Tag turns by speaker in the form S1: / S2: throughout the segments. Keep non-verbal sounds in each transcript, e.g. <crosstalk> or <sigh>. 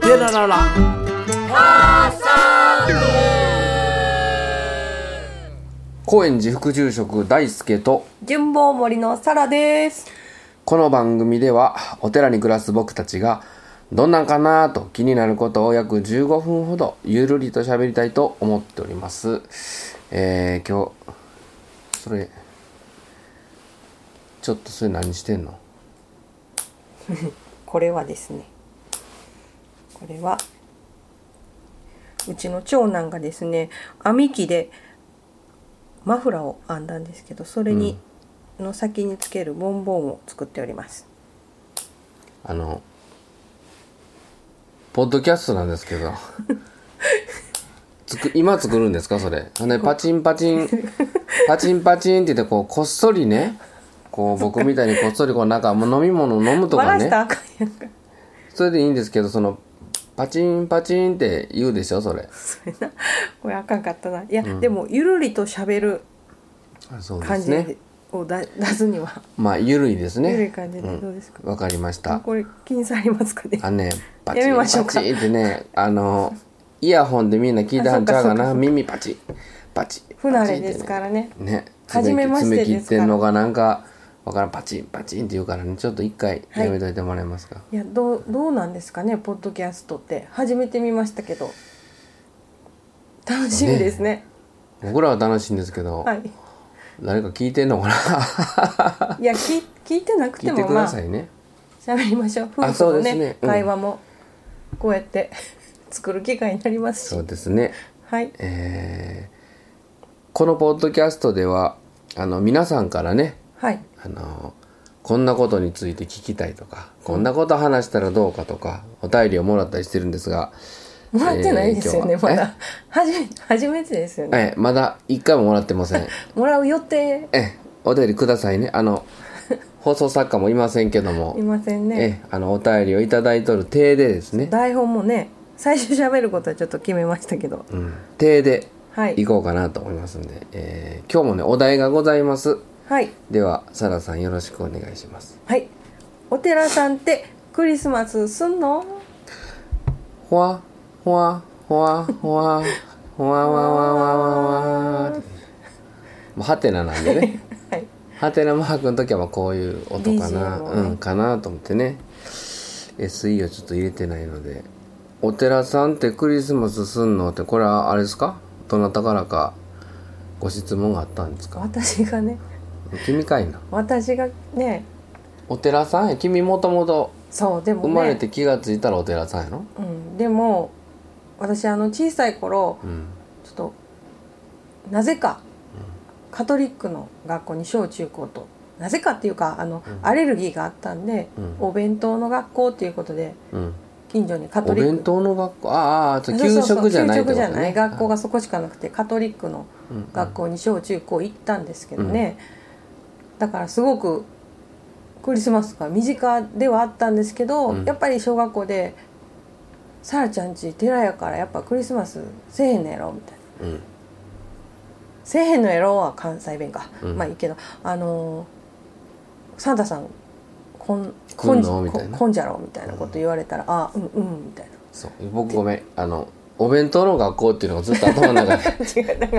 S1: テラララ
S2: 高円寺副住職大輔と
S3: 順坊森のサラです。
S2: この番組ではお寺に暮らす僕たちがどんなんかなと気になることを約15分ほどゆるりと喋りたいと思っておりますえー、今日それちょっとそれ何してんの
S3: これはですね。これは。うちの長男がですね、編み機で。マフラーを編んだんですけど、それに。の先につけるボンボンを作っております。
S2: あのポッドキャストなんですけどつく今作るんですかそれほんでパチンパチンパチンパチンって言ってこうこっそりねこう僕みたいにこっそりこうなんかもう飲み物飲むと
S3: バ
S2: か
S3: ラした
S2: ね
S3: らあかんやんか。 <laughs>
S2: それでいいんですけどそのパチンパチンって言うでしょそれ
S3: それな。これあかんかったな。いや、でもゆるりと喋る
S2: そうで
S3: 感
S2: す
S3: じ
S2: ね
S3: をだ出すには。
S2: まあゆるいです
S3: ゆるい
S2: ね
S3: 感じでどうですか。
S2: わかりました
S3: これ禁止ありますかね。
S2: あのね、パチ
S3: や
S2: ン
S3: め
S2: パ
S3: まし
S2: チ
S3: ょ
S2: ン
S3: うか
S2: ってね、あの、イヤホンでみんな聞いてはんちゃうかな、耳パチン、パチン。
S3: 不慣
S2: パチン
S3: れ
S2: って
S3: ですからね。
S2: ね。ね、
S3: 初めまして
S2: 爪切
S3: で
S2: っ
S3: すか
S2: て
S3: ら
S2: んのがなんか、わからん、パチンパチンって言うからね、ちょっと一回やめといてもらえますか。
S3: いやどうどうなんですかねポッドキャストって初めて見ましたけど楽しみですね
S2: 僕らは楽しいんですけど、
S3: はい
S2: 誰か聞いてんのか
S3: <laughs>
S2: な
S3: いや聞聞いてなく
S2: 聞
S3: て
S2: いて
S3: も
S2: く
S3: ま
S2: だ
S3: あ
S2: さいね。
S3: 喋りましょう夫婦
S2: そう
S3: の
S2: です
S3: ね
S2: ねうん
S3: 会話もこうやって <laughs> 作る機会になります
S2: そ
S3: し
S2: うですね。
S3: はい
S2: えーこのポッドキャストでは、あの、皆さんからね、
S3: はい
S2: あのこんなことについて聞きたいとかこんなこと話したらどうかとかお便りをもらったりしてるんですが
S3: もらってないですよね、
S2: えー今
S3: ま
S2: 日は
S3: だ初め初めてですよね、
S2: ええまだ一回ももらってません
S3: もらう予定
S2: ええお便りくださいねあ
S3: <laughs>
S2: の放送作家もいませんけども
S3: いませんね
S2: ええあのお便りをいただいとる手でですね、
S3: 台本もね最初喋ることはちょっと決めましたけど
S2: うん、手で
S3: はい
S2: 行こうかなと思いますんで、ええ今日もねお題がございます
S3: はい
S2: ではサラさんよろしくお願いします
S3: はい。お寺さんってクリスマスすんの？ <laughs>
S2: ほわほわほわほわほわわわわわわってもうハテナなんでね
S3: はい。
S2: ハテナマークの時はまあこういう音かな、
S3: BGM をね
S2: うんかなと思ってね SE をちょっと入れてないので「お寺さんってクリスマスすんの?」ってこれはあれですかどなたからかご質問があったんですか
S3: 私がね、
S2: 君かいな
S3: 私がね、
S2: お寺さんや君もともと
S3: そうでも
S2: 生
S3: ね、
S2: まれて気がついたらお寺さんやろ、
S3: うんでも私あの小さい頃
S2: うん、
S3: ちょっとなぜかカトリックの学校に小中高となぜかっていうかあの、
S2: うん
S3: アレルギーがあったんで、
S2: うん
S3: お弁当の学校っていうことで
S2: うん
S3: 近所にカ
S2: お
S3: トリック
S2: 弁当の学校あああそ
S3: そ
S2: うう
S3: そう
S2: 給
S3: そう
S2: 食じゃないってこ
S3: 給
S2: と
S3: 食じ
S2: ね
S3: ゃない学校がそこしかなくてカトリックの学校に小中高行ったんですけどね、だからすごくクリスマスが身近ではあったんですけど、
S2: うん
S3: やっぱり小学校で「さらちゃんち寺やからやっぱクリスマスせえへんのやろ」みた
S2: う
S3: いな
S2: んうん
S3: 「せえへんのやろ」は関西弁か、
S2: うん
S3: まあいいけどあのーサンタさんこん
S2: 来
S3: こ
S2: ん
S3: ん
S2: の
S3: こ
S2: みたいなん
S3: こんじゃろみたいなこと言われたら「あうんうん」みたいな。
S2: そう僕ごめんあのお弁当の学校っていうのがずっと頭の中で
S3: 違うなんか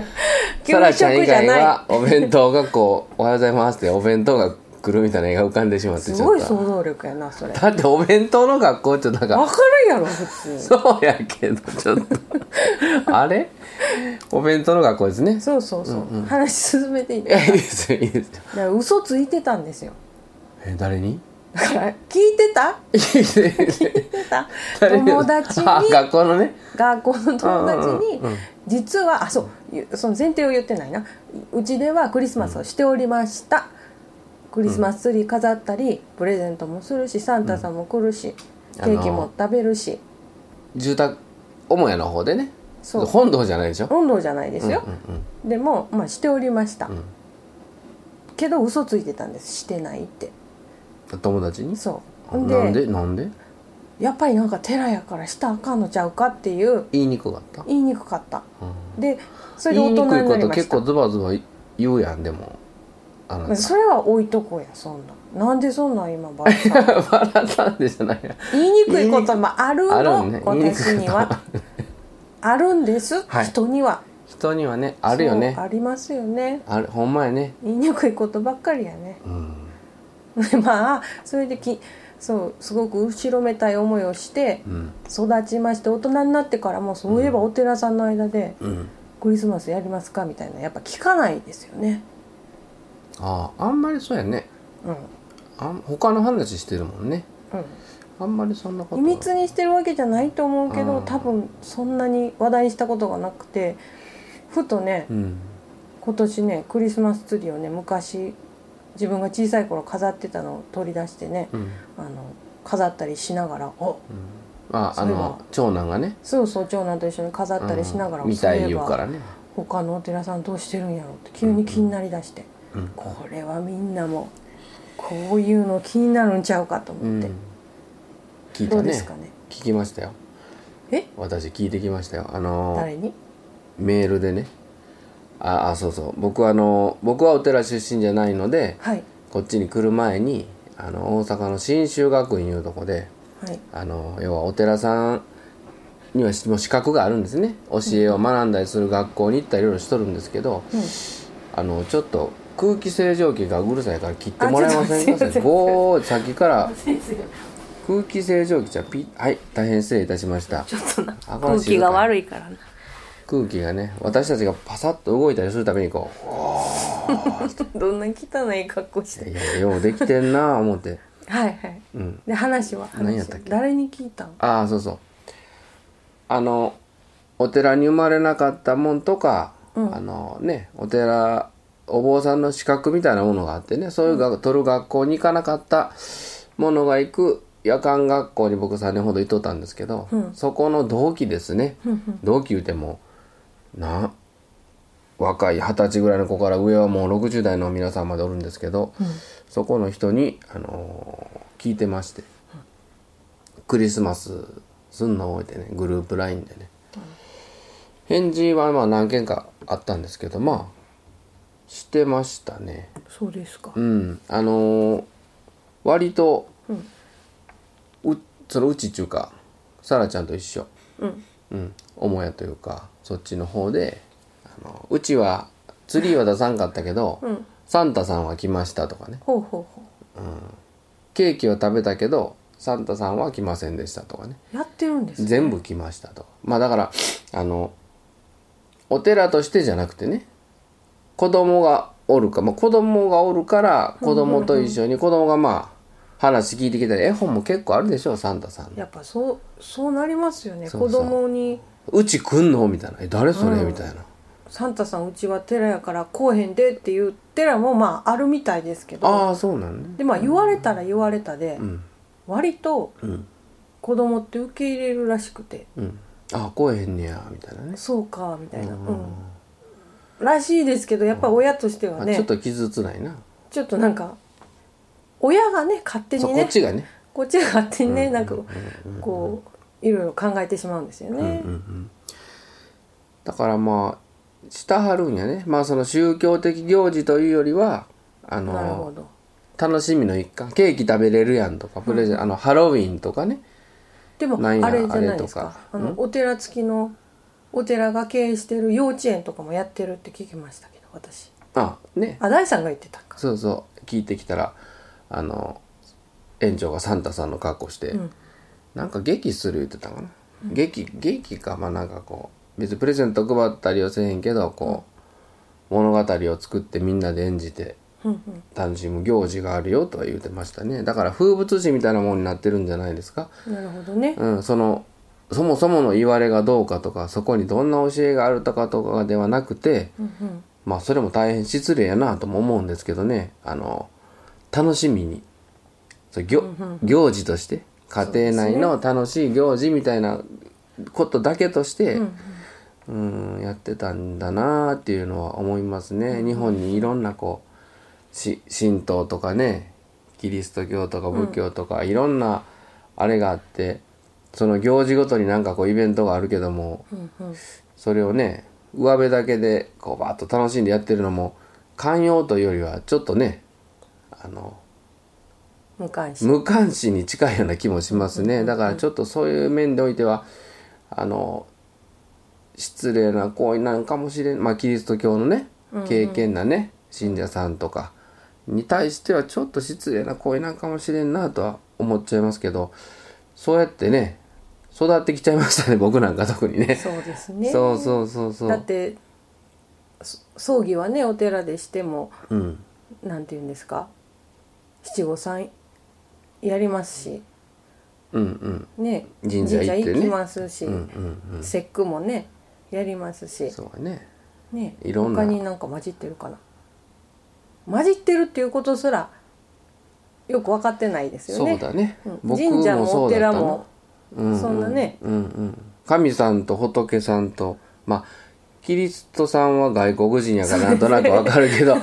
S2: サラちゃん以
S3: <laughs> 給食じゃ
S2: 外
S3: ない
S2: はお弁当がこう「おはようございます」ってお弁当が来るみたいな絵が浮かんでしまってちょっ
S3: す
S2: と
S3: ごい想像力やなそれ分
S2: だってお弁当の学校ってなんか
S3: かるやろ普通
S2: そうやけどちょっと <laughs> あれお弁当の学校ですね
S3: そうそうそう、話進めていい
S2: い
S3: だ
S2: やいいですよいいですよ
S3: から嘘ついてたんですよ
S2: え誰に
S3: だから聞いてた
S2: いいですよ
S3: 聞いてた
S2: 誰に
S3: 友達に
S2: あ学校のね
S3: 学校の友達に、
S2: うんうんうん
S3: 実はあそうゆその前提を言ってないなうちではクリスマスをしておりました、クリスマスツリー飾ったりプレゼントもするしサンタさんも来るし、
S2: うん
S3: ケーキも食べるし
S2: 住宅母屋の方でね
S3: そう
S2: 本堂じゃないでしょ
S3: 本堂じゃないですよ、
S2: うんうんうん
S3: でも、まあ、しておりました、
S2: ん
S3: けど嘘ついてたんですしてないって
S2: 友達に
S3: そうほ
S2: なんでなんで
S3: やっぱりなんか寺やからしたらあかんのちゃうかっていう
S2: 言いにくかった、
S3: 言いにくかった
S2: うん
S3: でそれで
S2: 言い
S3: 大
S2: にく
S3: 人
S2: い
S3: にな
S2: こ
S3: り
S2: と
S3: ま
S2: 結
S3: した
S2: 構ズバズバ言うやんでもあな <laughs>
S3: まあ
S2: た
S3: それは置いとこうやそんななんでそんなん今バラさん
S2: <laughs> 笑ったんでじゃないや
S3: 言いにくいこともある
S2: あ
S3: の
S2: るね言いにく
S3: 私
S2: い
S3: に
S2: ことは
S3: はあるんです、
S2: はい
S3: 人には
S2: 人にはねあるよね
S3: そうありますよね
S2: あるほんまやね
S3: 言いにくいことばっかりやね
S2: うん
S3: <laughs> まあそれできそうすごく後ろめたい思いをして
S2: うん
S3: 育ちまして大人になってからもそういえばお寺さんの間で
S2: うん
S3: 「クリスマスやりますか?」みたいなやっぱ聞かないですよね。
S2: あああんまりそうやね
S3: うん
S2: あん他の話してるもんね
S3: うん
S2: あんまりそんなこと
S3: 秘密にしてるわけじゃないと思うけ
S2: う
S3: ど
S2: ん
S3: 多分そんなに話題にしたことがなくてふとね
S2: うん
S3: 今年ねクリスマスツリーをね昔自分が小さい頃飾ってたのを取り出してね
S2: うん、うん、
S3: あの飾ったりしながら「お
S2: ああ
S3: そういえば
S2: の長男がね
S3: そうそう長男と一緒に飾ったりしながら、
S2: うん見
S3: そう
S2: た
S3: い
S2: い
S3: え
S2: 言う
S3: ば
S2: からね
S3: 他のお寺さんどうしてるんやろうって急に気になりだして、
S2: うん
S3: これはみんなもこういうの気になるんちゃうかと
S2: う
S3: 思って、
S2: ん聞い
S3: ど
S2: た
S3: うで
S2: ね
S3: すかね
S2: 聞きましたよ
S3: え
S2: 私聞いてきましたよあのー
S3: 誰に
S2: メールでねああそうそう僕はあの僕はお寺出身じゃないので
S3: はい
S2: こっちに来る前にあの大阪の信州学院いうとこで
S3: はい
S2: あの要はお寺さんにはしもう資格があるんですね教えを学んだりする学校に行ったりいろいろしとるんですけど、あのちょっと空気清浄機がうるさいから切ってもらえません
S3: あち
S2: か
S3: ょっとすいま
S2: <laughs>
S3: せん
S2: ゴーさっきから空気清浄機じゃピッはい大変失礼いたしました
S3: ちょっとな
S2: あこれは静かに
S3: いからな <laughs>
S2: 空気がね私たちがパサッと動いたりするためにこう
S3: どんな汚い格好して
S2: いやいやようできてんなあ思って
S3: はいはい、
S2: うん
S3: で話は話は
S2: 何やったっけ
S3: 誰に聞いたん
S2: ああそうそうあのお寺に生まれなかったもんとか、あのねお寺お坊さんの資格みたいなものがあってねそういうが、取る学校に行かなかったものが行く夜間学校に僕3年ほど行っとったんですけど、そこの同期ですね、同期言うてもな若い二十歳ぐらいの子から上はもう60代の皆さんまでおるんですけど、そこの人に、あのー聞いてまして、クリスマスすんの覚えてねグループ LINE でね、返事はまあ何件かあったんですけどまあしてましたね
S3: そうですか、
S2: うんあのー割と、
S3: うん
S2: うそのうちっちゅうかさらちゃんと一緒
S3: うん
S2: うん、母屋というかそっちの方であのうちはツリーは出さんかったけど、
S3: うん
S2: サンタさんは来ましたとかね
S3: ほうほうほ
S2: ケーキを食べたけどサンタさんは来ませんでしたとかね
S3: うやってるんですね
S2: 全部来ましたとまあだからあのお寺としてじゃなくてね子供がおるか、まあ、子供がおるから子供と一緒に子供がまあ話聞いてきたり絵本も結構あるでしょサンタさんの
S3: やっぱそうそうなりますよね
S2: そうそう
S3: 子供に
S2: うち来んのみたいなえ誰それ、みたいな
S3: サンタさんうちは寺やから来おへんでっていう寺もまああるみたいですけど
S2: ああそうなんね
S3: でまあ言われたら言われたで、
S2: ん
S3: 割と
S2: うん
S3: 子供って受け入れるらしくて
S2: うん、あ来えへんねやみたいなね
S3: そうかみたいな、うん、らしいですけどやっぱ親としては
S2: あ
S3: ね
S2: ちょっと傷つないな、
S3: ちょっとなんか親がね勝手
S2: そう
S3: に
S2: こ
S3: ね
S2: っちがね
S3: こっちが勝手にねなんかこういろいろ考えてしまうんですよね。
S2: だからまあしたはるんやねまあその宗教的行事というよりはあ
S3: なるほ
S2: の
S3: ど。
S2: 楽しみの一環ケーキ食べれるやんとかプレゼン、あのハロウィンとかね
S3: でも
S2: なんや
S3: あれじゃないです
S2: あれ
S3: か
S2: とか
S3: あのお寺付きのお寺が経営してる幼稚園とかもやってるって聞きましたけど私
S2: あね
S3: あ大さんが言ってたんか
S2: そうそう聞いてきたらあの園長がサンタさんの格好して、なんか劇する言ってたんかな、劇劇かまあなんかこう別にプレゼント配ったりはせへんけどこう、物語を作ってみんなで演じて
S3: うん
S2: 楽しむ行事があるよとは言ってましたねだから風物詩みたいなものになってるんじゃないですか、
S3: うんなるほどね
S2: うん、そのそもそもの言われがどうかとかそこにどんな教えがあるとかとかではなくて、
S3: うんうん
S2: まあそれも大変失礼やなとも思うんですけどねあの楽しみにそう行,、行事として家庭内の楽しい行事みたいなことだけとしてう、ん、やってたんだなっていうのは思いますね、日本にいろんなこうし神道とかねキリスト教とか仏教とか、いろんなあれがあってその行事ごとになんかこうイベントがあるけども、
S3: うんうん
S2: それをね上辺だけでこうバーッと楽しんでやってるのも寛容というよりはちょっとねあの
S3: 無関心
S2: 無関心に近いような気もしますねだからちょっとそういう面でおいてはあの失礼な行為なのかもしれんまあキリスト教のね経験なね信者さんとかに対してはちょっと失礼な行為なんかもしれんなとは思っちゃいますけどそうやってね育ってきちゃいましたね <laughs> 僕なんか特にね。
S3: そうですね
S2: そうそうそうそ
S3: だっ
S2: う。
S3: てそ葬儀はねお寺でしても
S2: うん
S3: なんて言うんですか七五三やりますし
S2: うんうん
S3: ね
S2: 神社行ってね
S3: きますし、
S2: うんうんうん。
S3: 節句もねやりますし
S2: そうやね。
S3: ね
S2: いろんな
S3: 他になんか混じってるかな混じってるっていうことすらよく分かってないですよ
S2: そう
S3: ね
S2: だね。
S3: うん、神社もお
S2: そうだ
S3: 寺
S2: ったな
S3: も
S2: うん
S3: そんなね
S2: うんうん、神さんと仏さんとまあキリストさんは外国人やからなんとなくわかるけど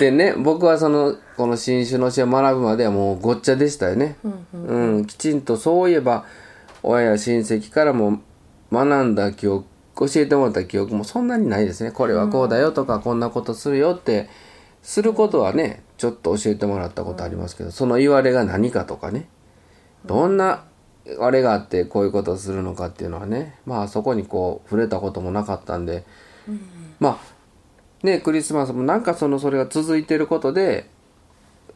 S2: でね僕はそのこの新種の教えを学ぶまではもうごっちゃでしたよね、
S3: うんうん
S2: うんきちんとそういえば親や親戚からも学んだ記憶教えてもらった記憶もそんなにないですねこれはこうだよとか、こんなことするよってすることはねちょっと教えてもらったことありますけど、その言われが何かとかねどんなあれがあってこういうことをするのかっていうのはねまあそこにこう触れたこともなかったんで、まあねクリスマスもなんかそのそれが続いてることで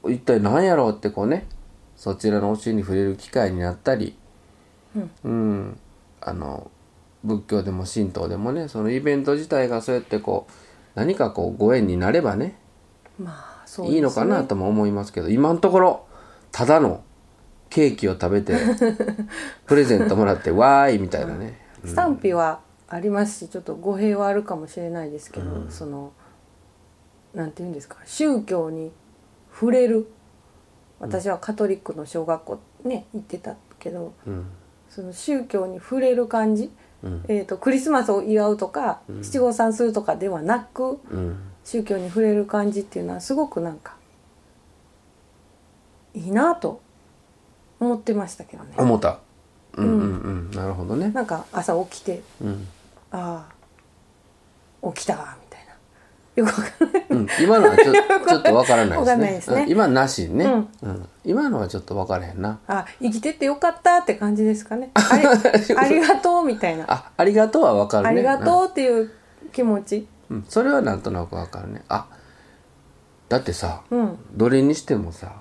S2: 一体何やろうってこうねそちらの教えに触れる機会になったり、うんあの仏教でも神道でもねそのイベント自体がそうやってこう何かこうご縁になればね
S3: まあそうですね
S2: いいのかなとも思いますけど今のところただのケーキを食べ
S3: <laughs>
S2: てプレゼントもらってわーいみたいなね
S3: 賛否はありますしちょっと語弊はあるかもしれないですけど、そのなんて言うんですか宗教に触れる私はカトリックの小学校ね行ってたけど
S2: うん
S3: その宗教に触れる感じ、
S2: うん
S3: えー、とクリスマスを祝うとか、七五三するとかではなく
S2: うん
S3: 宗教に触れる感じっていうのはすごくなんかいいなと思ってましたけどね。
S2: 思ったうんうんうんなるほどね
S3: なんか朝起きて
S2: うん、
S3: ああ起きたわみたいなよくわかんない
S2: うん、今のは
S3: <laughs>
S2: ちょちょっとわからない
S3: わ
S2: です
S3: かん
S2: ね
S3: ないですね
S2: うん今なしね、
S3: うん
S2: うん今のはちょっとわからへんな
S3: あ生きててよかったって感じですかねあり
S2: <laughs>
S3: ありがとうみたいな、
S2: あありがとうはわかるね
S3: ありがとうっていう気持ち
S2: うん、うんそれはなんとなくわかるねあだってさ
S3: うん
S2: どれにしてもさ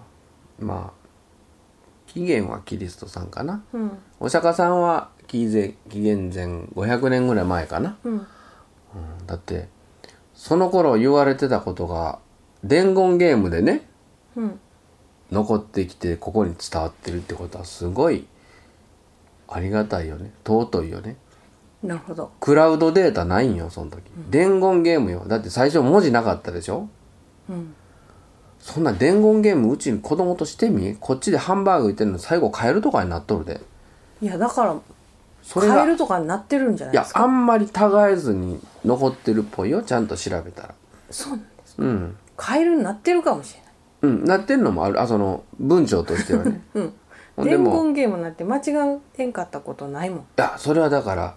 S2: まあ起源はキリストさんかな
S3: うん
S2: お釈迦さんは紀元紀元前500年ぐらい前かな、
S3: うん
S2: うんだってその頃言われてたことが伝言ゲームでね
S3: うん
S2: 残ってきてここに伝わってるってことはすごいありがたいよね尊いよね
S3: なるほど
S2: クラウドデータないんよその時伝言ゲームよだって最初文字なかったでしょ
S3: うん
S2: そんな伝言ゲームうちに子供としてみこっちでハンバーグ売ってるの最後買えるとかになっとるで
S3: いやだから
S2: それ
S3: カ
S2: が
S3: エルとかになってるんじゃな
S2: い
S3: いで
S2: や
S3: すか
S2: あんまり違えずに残ってるっぽいよちゃんと調べたら
S3: そうなんです
S2: うん
S3: カエルになってるかもしれない
S2: うんなってんのもあるあその文章としてはね
S3: <laughs> うん
S2: ほんで
S3: 伝
S2: もうい
S3: 言ゲームなんて間違えんかったことないもん
S2: やそれはだから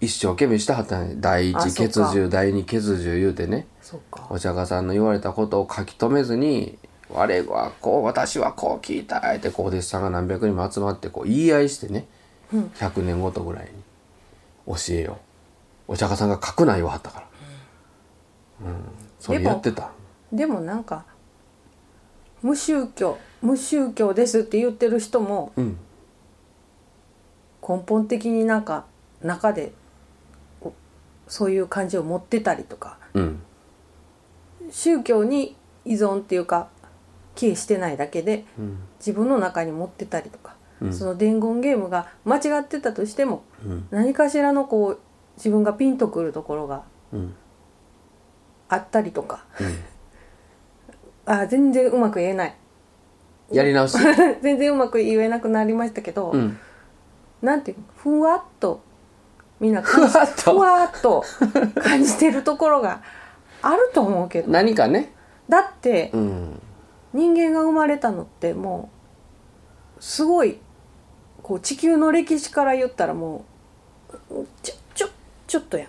S2: 一生懸命したはったんや第一
S3: あそっ
S2: 欠
S3: か
S2: 十第二欠十言うてね
S3: そうか
S2: お釈迦さんの言われたことを書き留めずに「我はこう私はこう聞いたい」ってこうお弟子さんが何百人も集まってこう言い合いしてね、100年ごとぐらいに教えようお釈迦さんが書くな言わはったから、うん、それやってた
S3: でもなんか無宗教無宗教ですって言ってる人も
S2: うん
S3: 根本的になんか中でこうそういう感じを持ってたりとか
S2: うん
S3: 宗教に依存っていうか帰依してないだけで
S2: うん
S3: 自分の中に持ってたりとか、
S2: うん
S3: その伝言ゲームが間違ってたとしても
S2: うん
S3: 何かしらのこう自分がピンとくるところが
S2: うん
S3: あったりとか、 <laughs> あ全然うまく言えない <laughs>
S2: やり直し
S3: 全然うまく言えなくなりましたけど、
S2: うん
S3: なんていうのふわっとみんな感じ
S2: ふわっと
S3: ふわっと感じてるところがあると思うけど
S2: 何かね
S3: だって
S2: うん
S3: 人間が生まれたのってもうすごいこう地球の歴史から言ったらもうちょちょちょっとやん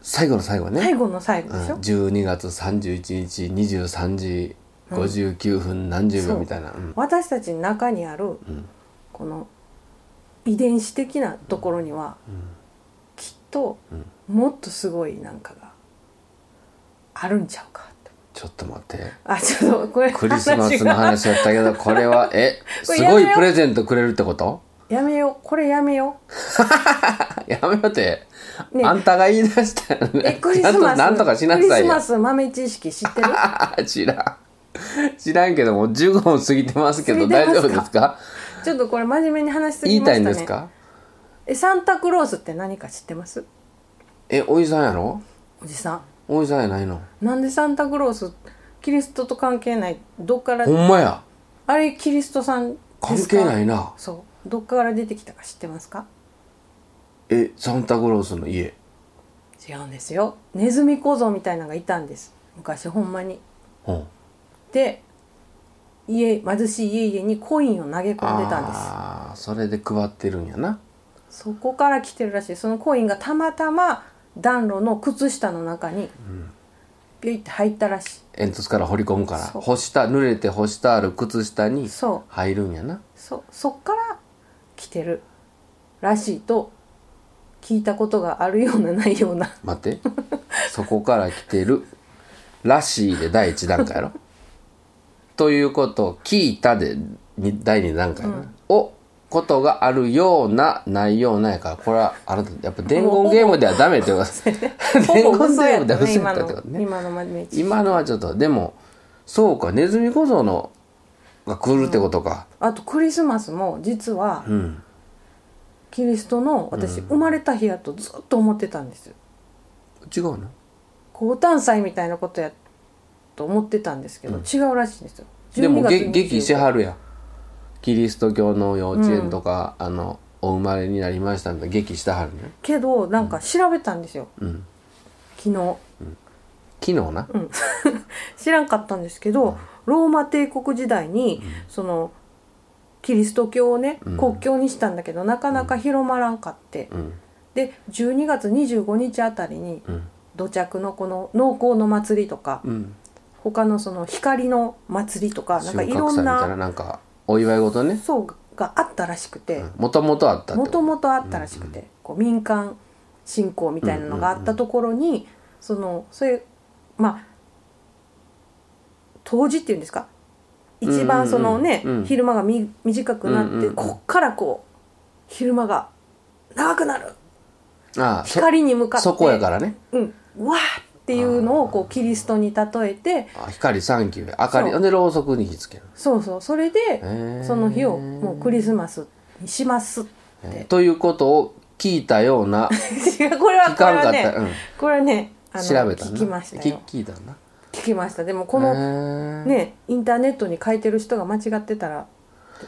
S2: 最後の最後ね、
S3: 最後の最後でしょ、
S2: うん、12月31日23時59分何十秒みたいな、うん
S3: 私たちの中にある
S2: うん
S3: この遺伝子的なところにはきっともっとすごいなんかがあるんちゃうかと
S2: ちょっと待って
S3: あちょっとこれ
S2: クリスマスの
S3: 話が
S2: 話やったけどこれはえ
S3: これ
S2: す
S3: やめよ
S2: ご
S3: う
S2: いプレゼントくれるってこと <laughs>
S3: やめようこれやめよ
S2: やめよって、
S3: ね
S2: あんたが言い出したよ
S3: うえ
S2: ね
S3: クリ
S2: ちゃん
S3: ス
S2: と
S3: マス
S2: なんとかしな
S3: クリ
S2: さ
S3: ス
S2: いよ
S3: マス豆知識
S2: <laughs>
S3: 知ってる
S2: 知らん知らんけどもう15分過ぎてますけ
S3: 過
S2: ど
S3: ぎてま
S2: 大
S3: すか
S2: 丈夫ですか
S3: ちょっとこれ真面目に話しす
S2: 言
S3: ぎ
S2: い
S3: ましたた
S2: いん
S3: ね
S2: ですか
S3: えサンタクロースって何か知ってます
S2: えおじさんやろ
S3: おじさん
S2: おじさんやないの
S3: なんでサンタクロースキリストと関係ないどっから
S2: ほんまや
S3: あれキリストさんで
S2: 関
S3: すか
S2: 係ないな
S3: そうどっから出てきたか知ってますか
S2: えサンタクロースの家
S3: 違うんですよネズミ小僧みたいなのがいたんです昔ほんまに
S2: うん
S3: で家貧しい家々にコインを投げ込んでたんで
S2: ああそれで配ってるんやな
S3: すそこから来てるらしいそのコインがたまたま暖炉の靴下の中にビュイって入ったらし
S2: 煙突から掘り込むから
S3: そう
S2: 干した濡れて干したある靴下に
S3: いそう
S2: 入るんやな
S3: そそっから来てるらしいと聞いたことがあるようなないような
S2: 待ってそこから来てるらしいで第一段階やろということを聞いたでに第二段階やな、おことがあるようなないようなやからこれはあなたやっぱ伝言ゲームではダメってことです <laughs> 伝
S3: <laughs> ほぼ
S2: 言
S3: 嘘
S2: ゲー
S3: や
S2: ム
S3: っ
S2: で
S3: た
S2: は嘘
S3: ね
S2: や
S3: 今
S2: ったってこと
S3: の
S2: ね
S3: 今のまでめっちゃ
S2: 今のはちょっとでもそうかネズミ小僧のが来るってことか
S3: あとクリスマスも実は
S2: うん、
S3: キリストの私生まれた日やとずっと思ってたんですよ
S2: 違うの
S3: 高誕祭みたいなことやと思ってたんですけど、違うらしいんですよ
S2: でもげ劇し
S3: 12
S2: はるやんキリスト教の幼稚園とか、あのお生まれになりましたみたいな劇してはるね
S3: けどなんか調べたんですよ、
S2: ん
S3: 昨日
S2: 昨日な、
S3: <laughs> 知らんかったんですけど、ローマ帝国時代に、そのキリスト教をね、国教にしたんだけどなかなか広まらんかって、
S2: うん
S3: で12月25日あたりに、
S2: うん
S3: 土着のこの農耕の祭りとか、
S2: うん、
S3: 他のその光の祭りとかなん
S2: 収
S3: か
S2: 穫
S3: い
S2: 祭み
S3: ろ
S2: た
S3: ん
S2: いな
S3: な
S2: なんかお祝い事ね
S3: 層があったらしくて
S2: もともとあったって
S3: も
S2: こと
S3: ともとあったらしくて、こう民間信仰みたいなのがあったところに、そのそういうまあ当時っていうんですか一番そのね、
S2: うんうんうん
S3: 昼間がみ短くなって、
S2: うんうんうん
S3: こっからこう昼間が長くなる
S2: ああそ
S3: 光に向かって
S2: そこやからね
S3: うん、うわーっていうのをこうキリストに例えて
S2: あ光サンキュー明かり
S3: そう
S2: でろうそくに火つける
S3: そうそうそれで
S2: へー
S3: その日をもうクリスマスにしますって。
S2: ということを聞いたような
S3: 違う <laughs> これは
S2: 聞
S3: こ
S2: か
S3: れ
S2: んかった、
S3: はね、
S2: うん、
S3: これはねあの
S2: 調べたな
S3: 聞きましたよ
S2: き聞いたな
S3: 聞きましたでもこ
S2: こ
S3: の
S2: の
S3: ねインターネットに書いてる人が間違ってたら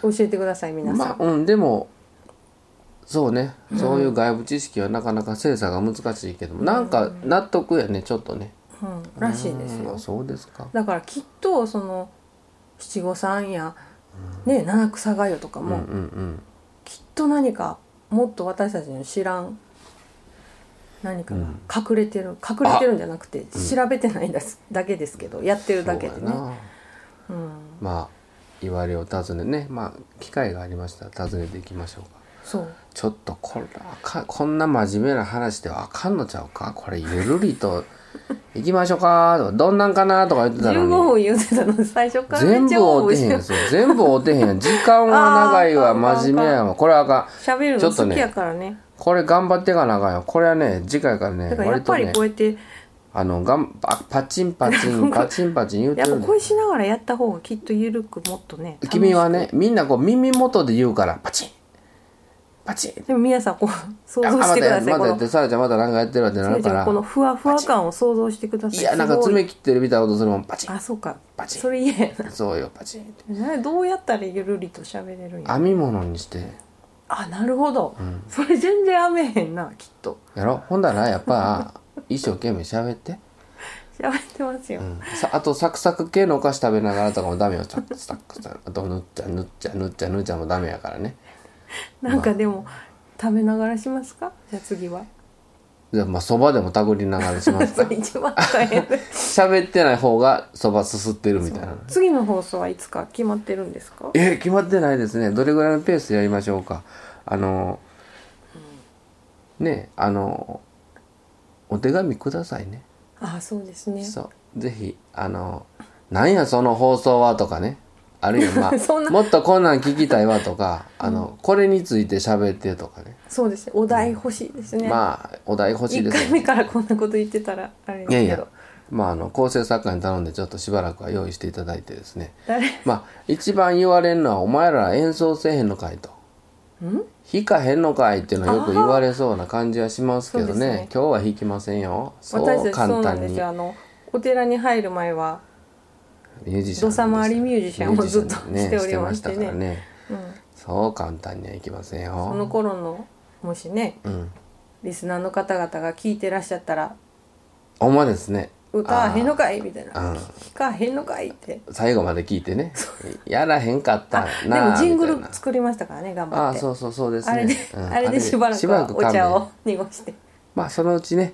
S3: 教えてください皆さ
S2: まあ
S3: ん、
S2: うんでもそうね、そういう外部知識はなかなか精査が難しいけども、なんか納得やねちょっとね
S3: うん、らしいです
S2: う
S3: よ
S2: んそうですか
S3: だからきっとその七五三や、ね、七草がゆとか
S2: うんう
S3: も、
S2: ん
S3: きっと何かもっと私たちの知らん何かが隠れてる、隠れてるんじゃなくて調べてないだ,、だけですけどやって
S2: う
S3: る
S2: ん
S3: だけで
S2: そう
S3: ね
S2: やな
S3: うん、
S2: まあ言われを尋ねねまあ機会がありましたら訪ねていきましょうか
S3: そう
S2: ちょっとこれあかんこんな真面目な話ではあかんのちゃうかこれゆるり
S3: <laughs>
S2: と「行きましょうか」とか「どんなんかな」とか言ってたの
S3: 15
S2: に
S3: 分言ってたの最初からめ
S2: 全
S3: っち
S2: 部追
S3: ゃ
S2: う
S3: 応募
S2: てへ
S3: し
S2: ん
S3: て
S2: やつ全部追うてへんやん
S3: <laughs>
S2: 時間は長いわ
S3: あーあかんあかん
S2: 真面目やわこれはあかん
S3: 喋る
S2: ちょ
S3: の
S2: っと
S3: 好
S2: ね
S3: きやからね
S2: これ頑張っていかなあかんよこれはね次回からね
S3: だからや
S2: 割
S3: っ
S2: と
S3: ぱ
S2: ね
S3: りこうやって
S2: あのがんパパチンパチ
S3: <laughs>
S2: ンパチンパチン言うて
S3: やっぱ
S2: るんで
S3: 恋しながらやった方がきっと緩くもっとね
S2: 君はねみんなこう耳元で言うからパチンパチン
S3: でも皆さんこう想
S2: あ
S3: 像
S2: ま
S3: してください
S2: ま
S3: こ
S2: だやっ
S3: の
S2: てサラちゃんまだなんかやってるわってな
S3: それ
S2: る
S3: じ
S2: か
S3: ゃあ
S2: ら
S3: このふわふわ感を想像してください
S2: いやなんか
S3: すごい
S2: 爪切ってるみたいなことするもんパチ
S3: あそうか
S2: バチン
S3: それ嫌や
S2: ンそうよパチンって
S3: ななどうやったらゆるりと喋れるんや
S2: 編み物にして
S3: あなるほど、それ全然あめへんなきっと
S2: やろほんだらやっ
S3: <laughs>
S2: ぱ一生懸命喋って、
S3: 喋ってますよ、
S2: うんさあとサクサク系のお菓子食べながらとかもダメよサクサクサクあとぬっちゃぬっちゃぬっちゃぬっちゃもダメやからね
S3: なんかでも食べながらしますかじゃあ次は
S2: じゃあまあそばでもたぐりながらします
S3: そ
S2: か
S3: れ一番大変
S2: 喋ってない方がそばすすってるみたいな
S3: 次の放送はいつか決まってるんですか
S2: えー決まってないですねどれぐらいのペースでやりましょうかあのねえあのお手紙くださいね
S3: ああそうですね
S2: そうぜひあの「なんやその放送は」とかねあるいは、ま
S3: そん
S2: あ、
S3: な
S2: もっとこんなん聞きたいわとかあの、これについて喋ってとかね
S3: そうですねお題欲しいですね、
S2: まあお題欲しい
S3: 一
S2: ですよ
S3: 回目からこんなこと言ってたらあれですけど
S2: いやいやまああの構成作家に頼んでちょっとしばらくは用意していただいてですね
S3: 誰
S2: まあ一番言われるのは「お前ら演奏せえへんのかい」と。
S3: ん
S2: 弾かへんのかいっていうのはよく言われそうな感じはしますけど
S3: あー
S2: ね
S3: そうですね
S2: 今日は弾きませんよそ
S3: 私
S2: う
S3: たちそ
S2: 簡
S3: うなん
S2: 単
S3: で
S2: に
S3: すよあのお寺に入る前は、
S2: ミュージシャンなんですよ
S3: 土佐回りミュージシャンをずっと
S2: ミュージシャンね
S3: しておりましてね
S2: してましたからね
S3: うん、
S2: そう簡単にはいきませんよ
S3: その頃のもしね
S2: うん
S3: リスナーの方々が聞いてらっしゃったら
S2: ほんまですね
S3: 「歌わへんのかい?」みたいな
S2: あー
S3: 「聞かへんのかい?」って
S2: 最後まで聞いてねやらへんかった
S3: あ
S2: な
S3: でもジング
S2: みた
S3: ル
S2: いな
S3: 作りましたからね頑
S2: あ
S3: 張っ
S2: あ
S3: て
S2: そうそうそうですね
S3: あれで、
S2: うん
S3: あれでしばらくは
S2: しば
S3: お
S2: 勘弁
S3: 茶を濁して
S2: まあそのうちね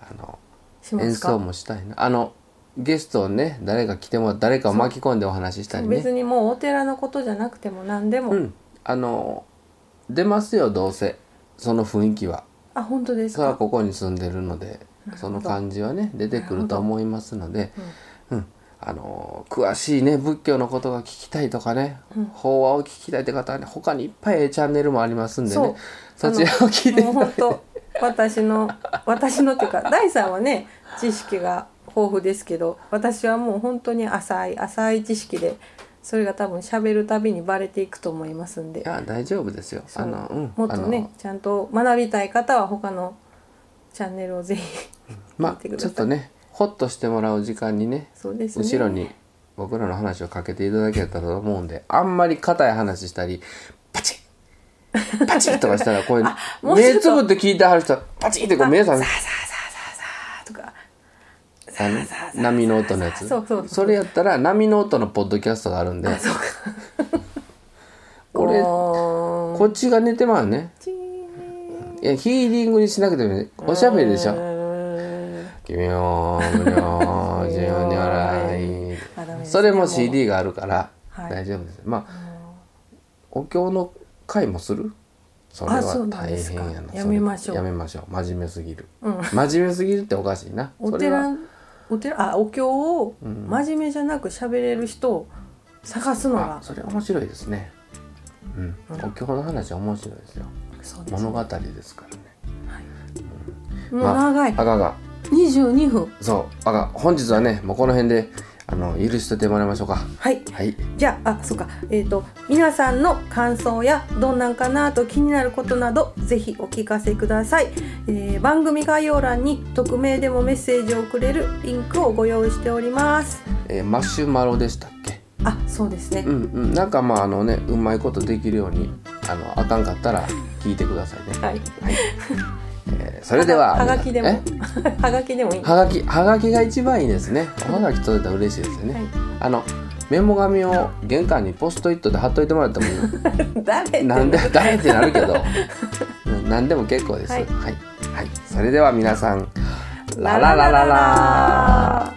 S2: あの
S3: しま
S2: 演
S3: す
S2: 奏
S3: か
S2: もしたいなあのゲストをね誰が来ても誰かを巻き込んでお話ししたりね
S3: 別にもうお寺のことじゃなくても何でも、
S2: うんあの出ますよどうせその雰囲気は
S3: あ本当です
S2: それは
S3: か
S2: ここに住んでるのでその感じはね出てくると思いますので、うん、あの詳しいね仏教のことが聞きたいとかね、法話を聞きたいって方はね他にいっぱいええチャンネルもありますんでね
S3: そ
S2: そうちらを聞いてい
S3: も
S2: ただ
S3: う
S2: い
S3: 本
S2: て
S3: 当私の私のっていうか大さんはね知識が豊富ですけど私はもう本当に浅い浅い知識でそれが多分喋るたびにバレていくと思いますんで
S2: いや大丈夫ですよ
S3: そ
S2: あ
S3: う
S2: の、うん、
S3: もっと
S2: あ
S3: ね
S2: の
S3: ちゃんと学びたい方は他のチャンネルをぜひ聞
S2: ま
S3: いてく
S2: あ
S3: だ
S2: ち
S3: さ
S2: ょ
S3: い
S2: っとねほっとしてもらう時間にね
S3: そうですね
S2: 後ろに僕らの話をかけていただけたらと思うんであんまり硬い話したりパチ
S3: <laughs>
S2: ッパチッとかしたらこれ
S3: もうちょっ
S2: 目つ
S3: と
S2: ぶって聞いてはる人はパチッってこう目覚め
S3: さあさあさあさあさあとか
S2: あの波の音のやつ
S3: そうそうそう
S2: れやったら波の音のポッドキャストがあるんでこれ
S3: ゴーン
S2: こっちが寝てまうね
S3: チーン
S2: いやヒーリングにしなくてもいいおしゃべりでしょ「君を
S3: <laughs>
S2: 無料自由に笑
S3: あダメで
S2: い」
S3: す
S2: それも CD があるから
S3: はい
S2: 大丈夫です、まあお経の会もするそれは
S3: あそうなん
S2: 大
S3: ですか
S2: 変やな
S3: やめましょう
S2: それやめましょう真面目すぎる、
S3: うん
S2: 真面目すぎるっておかしいな
S3: <laughs> お
S2: それは
S3: 寺お寺あお経を真面目じゃなく喋れる人を探すの
S2: あ
S3: が
S2: それ面白いですねうん、お経の話は面白いですよ
S3: そうです
S2: 物語ですからね
S3: もう
S2: まあ
S3: 長い
S2: あかんあかん
S3: 22分
S2: そうあかん本日はねもうこの辺であの許しててもらいましょうか
S3: はい
S2: はい
S3: じゃああそうかえっ、と皆さんの感想やどんなんかなと気になることなどぜひお聞かせください、えー番組概要欄に匿名でもメッセージをくれるリンクをご用意しております
S2: えーマシュマロでしたっけ
S3: あそうですね、
S2: うんうんなんかまああのねうまいことできるようにあのあかんかったら聞いてくださいね、
S3: はい
S2: えーそれでは
S3: はがきでも
S2: え
S3: はがきでもいい <laughs>
S2: はがきはがきが一番いいですねおはがき届いたら嬉しいですよね、
S3: はい
S2: あのメモ紙を玄関にポストイットで貼っといてもらってもいい
S3: 誰って
S2: なん
S3: <laughs>
S2: で誰ってなるけどうん何でも結構です
S3: は
S2: はいいはい、それでは皆さん
S3: ラララララ